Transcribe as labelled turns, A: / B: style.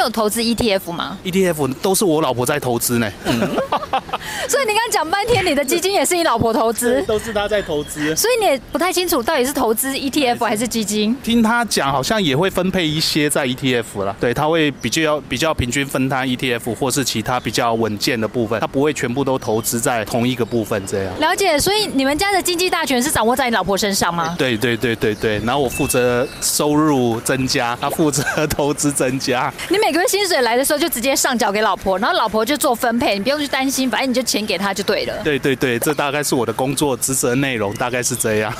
A: 有投资 ETF 吗？
B: ETF E 都是我老婆在投资呢，
A: 所以你刚刚讲半天，你的基金也是你老婆投资，
B: 都是她在投资。
A: 所以你也不太清楚到底是投资 ETF 还是基金。
B: 听她讲，好像也会分配一些在 ETF 啦，对，她会比较比较平均分摊 ETF 或是其他比较稳健的部分，她不会全部都投资在同一个部分这样。
A: 了解，所以你们家的经济大权是掌握在你老婆身上吗？
B: 对对对对对，然后我负责收入增加，她负责投资增加。
A: 你每个月薪水来的时候就直接上缴给老婆，然后老婆就做分配，你不用去担心，反正你就钱给她就对了。
B: 对对对，这大概是我的工作职责内容，大概是这样。